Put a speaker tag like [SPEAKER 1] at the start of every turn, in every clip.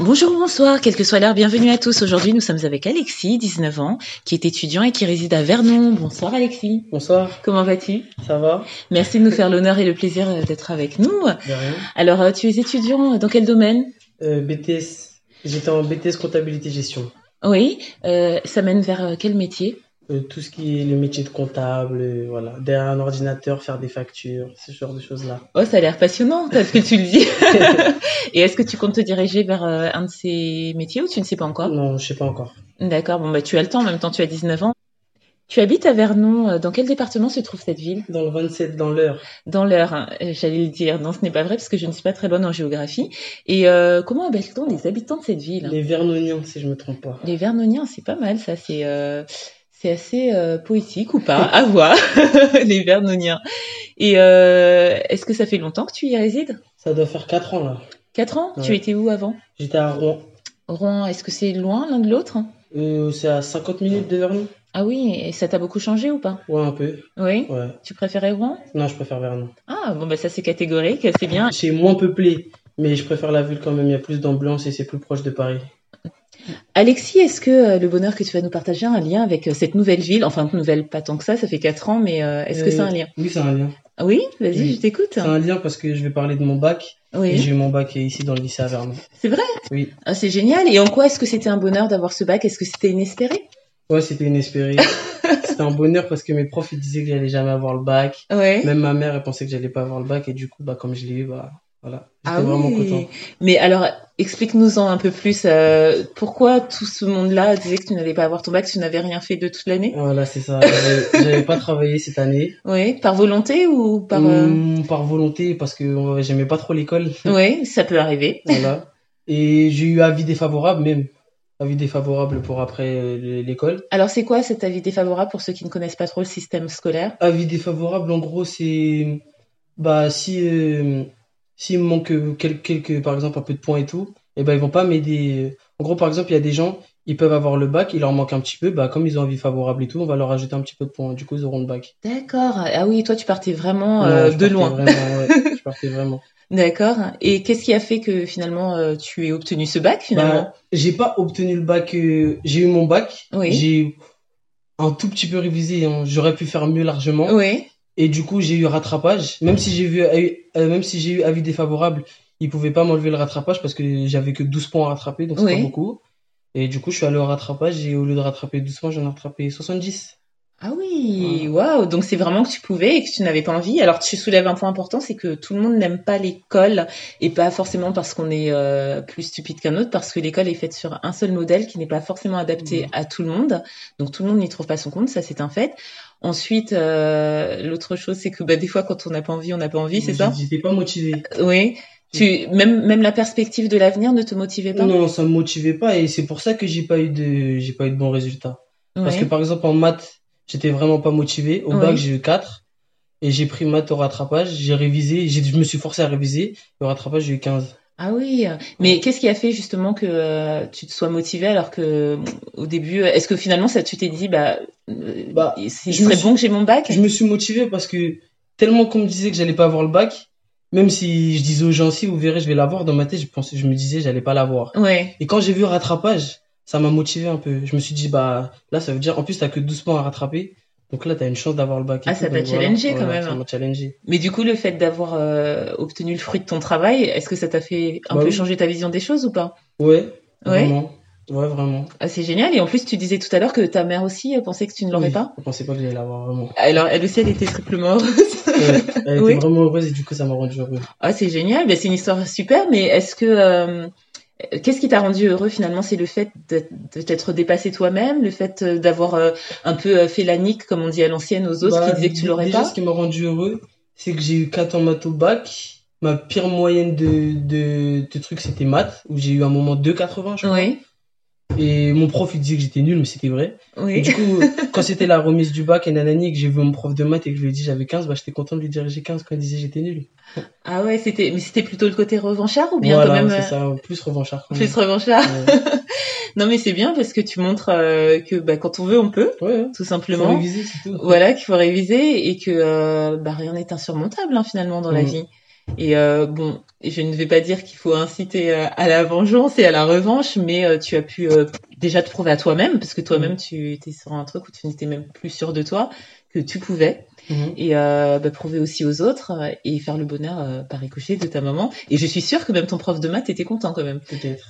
[SPEAKER 1] Bonjour, bonsoir, quelle que soit l'heure, bienvenue à tous. Aujourd'hui, nous sommes avec Alexis, 19 ans, qui est étudiant et qui réside à Vernon. Bonsoir Alexis,
[SPEAKER 2] Bonsoir,
[SPEAKER 1] comment vas-tu
[SPEAKER 2] ça va
[SPEAKER 1] Merci de nous faire l'honneur et le plaisir euh, d'être avec nous.
[SPEAKER 2] De rien.
[SPEAKER 1] Alors, euh, tu es étudiant dans quel domaine
[SPEAKER 2] Euh, BTS, j'étais en BTS comptabilité gestion.
[SPEAKER 1] Oui, euh, ça mène vers euh, quel métier
[SPEAKER 2] Euh, tout ce qui est le métier de comptable, euh, voilà, derrière un ordinateur, faire des factures, ce genre de choses-là.
[SPEAKER 1] Oh, ça a l'air passionnant, tel que tu le dis. et est-ce que tu comptes te diriger vers euh, un de ces métiers ou tu ne sais pas encore
[SPEAKER 2] Non, je sais pas encore.
[SPEAKER 1] D'accord, bon, bah, tu as le temps, en même temps, tu as 19 ans. Tu habites à Vernon, euh, dans quel département se trouve cette ville
[SPEAKER 2] Dans le 27, dans l'heure,
[SPEAKER 1] Dans l'heure, hein, euh, j'allais le dire. Non, ce n'est pas vrai parce que je ne suis pas très bonne en géographie. Et euh, comment appelle-t-on les habitants de cette ville hein
[SPEAKER 2] les Vernoniens, si je me trompe pas.
[SPEAKER 1] Les Vernoniens, c'est pas mal, ça. C'est euh, c'est assez euh, poétique ou pas À voir, les Vernoniens. Et euh, est-ce que ça fait longtemps que tu y résides
[SPEAKER 2] Ça doit faire 4 ans, là.
[SPEAKER 1] Quatre ans Tu
[SPEAKER 2] Ouais.
[SPEAKER 1] étais où avant
[SPEAKER 2] J'étais à Rouen.
[SPEAKER 1] Rouen, est-ce que c'est loin l'un de l'autre
[SPEAKER 2] Euh, c'est à 50 minutes de Vernon
[SPEAKER 1] Ah oui, et ça t'a beaucoup changé ou pas
[SPEAKER 2] Ouais, un peu.
[SPEAKER 1] Oui
[SPEAKER 2] Ouais.
[SPEAKER 1] Tu préférais Rouen
[SPEAKER 2] Non, je préfère Vernon.
[SPEAKER 1] Ah, bon, bah ça c'est catégorique, c'est bien.
[SPEAKER 2] C'est moins peuplé, mais je préfère la ville quand même. Il y a plus d'ambiance et c'est plus proche de Paris.
[SPEAKER 1] Alexis, est-ce que euh, le bonheur que tu vas nous partager a un lien avec euh, cette nouvelle ville Enfin, nouvelle pas tant que ça, ça fait quatre ans, mais euh, est-ce que
[SPEAKER 2] Euh,
[SPEAKER 1] c'est un lien
[SPEAKER 2] Oui, c'est un lien.
[SPEAKER 1] Ah Oui, vas-y,
[SPEAKER 2] oui.
[SPEAKER 1] je t'écoute.
[SPEAKER 2] C'est un lien parce que je vais parler de mon bac. Et
[SPEAKER 1] Oui,
[SPEAKER 2] j'ai eu mon bac ici dans le lycée à Vernon.
[SPEAKER 1] c'est vrai
[SPEAKER 2] Oui.
[SPEAKER 1] Ah, c'est génial. Et en quoi est-ce que c'était un bonheur d'avoir ce bac Est-ce que c'était inespéré
[SPEAKER 2] Ouais, c'était inespéré. c'était un bonheur parce que mes profs ils disaient que j'allais jamais avoir le bac.
[SPEAKER 1] Ouais.
[SPEAKER 2] Même ma mère elle pensait que j'allais pas avoir le bac et du coup bah comme je l'ai eu bah voilà. J'étais
[SPEAKER 1] Ah
[SPEAKER 2] vraiment
[SPEAKER 1] oui.
[SPEAKER 2] content.
[SPEAKER 1] Mais alors, explique-nous-en un peu plus. euh, pourquoi tout ce monde-là disait que tu n'allais pas avoir ton bac, que tu n'avais rien fait de toute l'année
[SPEAKER 2] Voilà c'est ça. J'avais- J'avais pas travaillé cette année.
[SPEAKER 1] Oui, par volonté ou par... euh,
[SPEAKER 2] Hum, par volonté parce que euh, j'aimais pas trop l'école.
[SPEAKER 1] Oui, ça peut arriver.
[SPEAKER 2] voilà. Et j'ai eu avis défavorable même. Avis défavorable pour après euh, l'école.
[SPEAKER 1] Alors, c'est quoi cet avis défavorable pour ceux qui ne connaissent pas trop le système scolaire
[SPEAKER 2] Avis défavorable, en gros, c'est bah si euh, s'il me manque euh, quel- quelques par exemple un peu de points et tout, et ben ils vont pas m'aider. En gros, par exemple, il y a des gens, ils peuvent avoir le bac, il leur manque un petit peu, bah comme ils ont avis favorable et tout, on va leur ajouter un petit peu de points, du coup ils auront le bac.
[SPEAKER 1] D'accord. Ah oui, toi, tu partais vraiment
[SPEAKER 2] Non,
[SPEAKER 1] euh,
[SPEAKER 2] je
[SPEAKER 1] de
[SPEAKER 2] partais
[SPEAKER 1] loin.
[SPEAKER 2] vraiment, ouais, je partais vraiment.
[SPEAKER 1] D'accord. Et qu'est-ce qui a fait que finalement euh, tu aies obtenu ce bac finalement
[SPEAKER 2] Bah, j'ai pas obtenu le bac, euh, j'ai eu mon bac,
[SPEAKER 1] Oui.
[SPEAKER 2] j'ai un tout petit peu révisé, hein, j'aurais pu faire mieux largement.
[SPEAKER 1] Oui.
[SPEAKER 2] Et du coup, j'ai eu rattrapage. Même si j'ai vu, euh, même si j'ai eu avis défavorable, ils pouvaient pas m'enlever le rattrapage parce que j'avais que 12 points à rattraper, donc c'est
[SPEAKER 1] Oui.
[SPEAKER 2] pas beaucoup. Et du coup, je suis allé au rattrapage et au lieu de rattraper 12 points, j'en ai rattrapé 70.
[SPEAKER 1] Ah oui, waouh. Donc c'est vraiment que tu pouvais et que tu n'avais pas envie. Alors tu soulèves un point important, c'est que tout le monde n'aime pas l'école et pas forcément parce qu'on est euh, plus stupide qu'un autre, parce que l'école est faite sur un seul modèle qui n'est pas forcément adapté
[SPEAKER 2] Mmh.
[SPEAKER 1] à tout le monde. Donc tout le monde n'y trouve pas son compte, ça c'est un fait. Ensuite, euh, l'autre chose, c'est que bah, des fois quand on n'a pas envie, on n'a pas
[SPEAKER 2] Mmh,
[SPEAKER 1] envie, c'est ça Ah,
[SPEAKER 2] J'étais pas motivé.
[SPEAKER 1] Oui. Tu, même, même la perspective de l'avenir ne te motivait pas
[SPEAKER 2] Non, ça me motivait pas et c'est pour ça que j'ai pas eu de, j'ai pas eu de bons résultats. Parce
[SPEAKER 1] Ouais.
[SPEAKER 2] que par exemple, en maths, j'étais vraiment pas motivé. Au
[SPEAKER 1] Oui.
[SPEAKER 2] bac, j'ai eu 4. Et j'ai pris maths au rattrapage, j'ai révisé, j'ai- je me suis forcé à réviser. Au rattrapage, j'ai eu 15.
[SPEAKER 1] Ah oui, mais qu'est-ce qui a fait justement que euh, tu te sois motivé alors que bon, au début, est-ce que finalement ça tu t'es dit bah, euh,
[SPEAKER 2] Bah,
[SPEAKER 1] il
[SPEAKER 2] je me
[SPEAKER 1] serait
[SPEAKER 2] suis-
[SPEAKER 1] bon que j'ai mon bac
[SPEAKER 2] Je me suis motivé parce que tellement qu'on me disait que j'allais pas avoir le bac, même si je disais aux gens si vous verrez je vais l'avoir dans ma tête, je pensais, je me disais j'allais pas l'avoir.
[SPEAKER 1] Ouais,
[SPEAKER 2] Et quand j'ai vu rattrapage, ça m'a motivé un peu. Je me suis dit bah là ça veut dire en plus t'as que 12 points à rattraper, donc là t'as une chance d'avoir le bac. et
[SPEAKER 1] Ah,
[SPEAKER 2] tout,
[SPEAKER 1] ça t'a
[SPEAKER 2] donc voilà.
[SPEAKER 1] challengé quand
[SPEAKER 2] Voilà,
[SPEAKER 1] même.
[SPEAKER 2] Ça m'a challengé.
[SPEAKER 1] mais du coup le fait d'avoir euh, obtenu le fruit de ton travail, est-ce que ça t'a fait un
[SPEAKER 2] Bah
[SPEAKER 1] peu
[SPEAKER 2] oui.
[SPEAKER 1] changer ta vision des choses ou pas
[SPEAKER 2] Ouais.
[SPEAKER 1] Ouais.
[SPEAKER 2] Vraiment. Ouais vraiment.
[SPEAKER 1] Ah, C'est génial et en plus tu disais tout à l'heure que ta mère aussi euh, pensait que tu ne l'aurais
[SPEAKER 2] Oui,
[SPEAKER 1] pas.
[SPEAKER 2] Je pensais pas que j'allais l'avoir vraiment.
[SPEAKER 1] Alors elle aussi elle était triplement heureuse.
[SPEAKER 2] Ouais, elle
[SPEAKER 1] Oui.
[SPEAKER 2] était vraiment heureuse et du coup ça m'a rendu heureux.
[SPEAKER 1] Ah, c'est génial, Ben, c'est une histoire super, mais est-ce que. euh, Qu'est-ce qui t'a rendu heureux finalement C'est le fait de, de t'être dépassé toi-même, le fait euh, d'avoir euh, un peu euh, fait la nique, comme on dit à l'ancienne, aux autres
[SPEAKER 2] Bah,
[SPEAKER 1] qui disaient que tu l'aurais
[SPEAKER 2] déjà,
[SPEAKER 1] pas
[SPEAKER 2] ce qui m'a rendu heureux, c'est que j'ai eu 4 en maths au bac. Ma pire moyenne de, de, de trucs, c'était maths, où j'ai eu un moment 2,80, je crois.
[SPEAKER 1] Oui,
[SPEAKER 2] Et mon prof, il disait que j'étais nul, mais c'était vrai. Et
[SPEAKER 1] Oui.
[SPEAKER 2] du coup, quand c'était la remise du bac et nanani, que j'ai vu mon prof de maths et que je lui ai dit j'avais 15, bah, j'étais content de lui dire j'ai 15 quand il disait j'étais nul.
[SPEAKER 1] Ah ouais, c'était, mais c'était plutôt le côté revanchard ou bien
[SPEAKER 2] voilà,
[SPEAKER 1] quand même
[SPEAKER 2] c'est
[SPEAKER 1] euh,
[SPEAKER 2] ça, plus revanchard quand même.
[SPEAKER 1] plus revanchard
[SPEAKER 2] Ouais.
[SPEAKER 1] Non, mais c'est bien parce que tu montres euh, que bah, quand on veut, on peut,
[SPEAKER 2] Ouais, ouais.
[SPEAKER 1] tout
[SPEAKER 2] Faut
[SPEAKER 1] simplement.
[SPEAKER 2] réviser, c'est tout.
[SPEAKER 1] Voilà, qu'il faut réviser et que euh, bah, rien n'est insurmontable hein, finalement dans la
[SPEAKER 2] Mhm.
[SPEAKER 1] vie. Et euh, bon, je ne vais pas dire qu'il faut inciter euh, à la vengeance et à la revanche, mais euh, tu as pu euh, déjà te prouver à toi-même, parce que toi-même tu étais sur un truc où tu n'étais même plus sûr de toi, que tu pouvais,
[SPEAKER 2] Mhm.
[SPEAKER 1] et euh, bah, prouver aussi aux autres euh, et faire le bonheur euh, par ricochet de ta maman. Et je suis sûre que même ton prof de maths était content quand même.
[SPEAKER 2] Peut-être.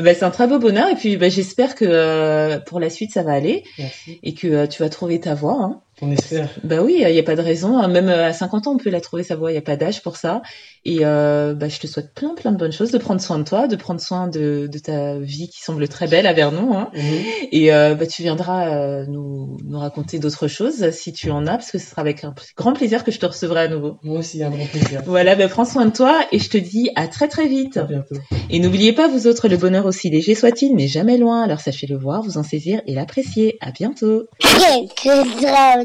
[SPEAKER 1] Bah, c'est un très beau bonheur, et puis bah, j'espère que euh, pour la suite ça va aller
[SPEAKER 2] Merci.
[SPEAKER 1] et que euh, tu vas trouver ta voie. hein.
[SPEAKER 2] On espère.
[SPEAKER 1] Bah oui, il n'y a pas de raison. hein. Même euh, à 50 ans, on peut la trouver sa voie. Il n'y a pas d'âge pour ça. Et euh, bah, je te souhaite plein, plein de bonnes choses, de prendre soin de toi, de prendre soin de, de ta vie qui semble très belle à Vernon. Hein.
[SPEAKER 2] Mhm.
[SPEAKER 1] Et euh, bah, tu viendras euh, nous, nous raconter d'autres choses si tu en as, parce que ce sera avec un p- grand plaisir que je te recevrai à nouveau.
[SPEAKER 2] Moi aussi, un grand plaisir.
[SPEAKER 1] Voilà, bah, prends soin de toi et je te dis à très très vite.
[SPEAKER 2] À bientôt.
[SPEAKER 1] Et n'oubliez pas, vous autres, le bonheur aussi léger soit-il n'est jamais loin. Alors sachez le voir, vous en saisir et l'apprécier. À bientôt.
[SPEAKER 3] Quelques grammes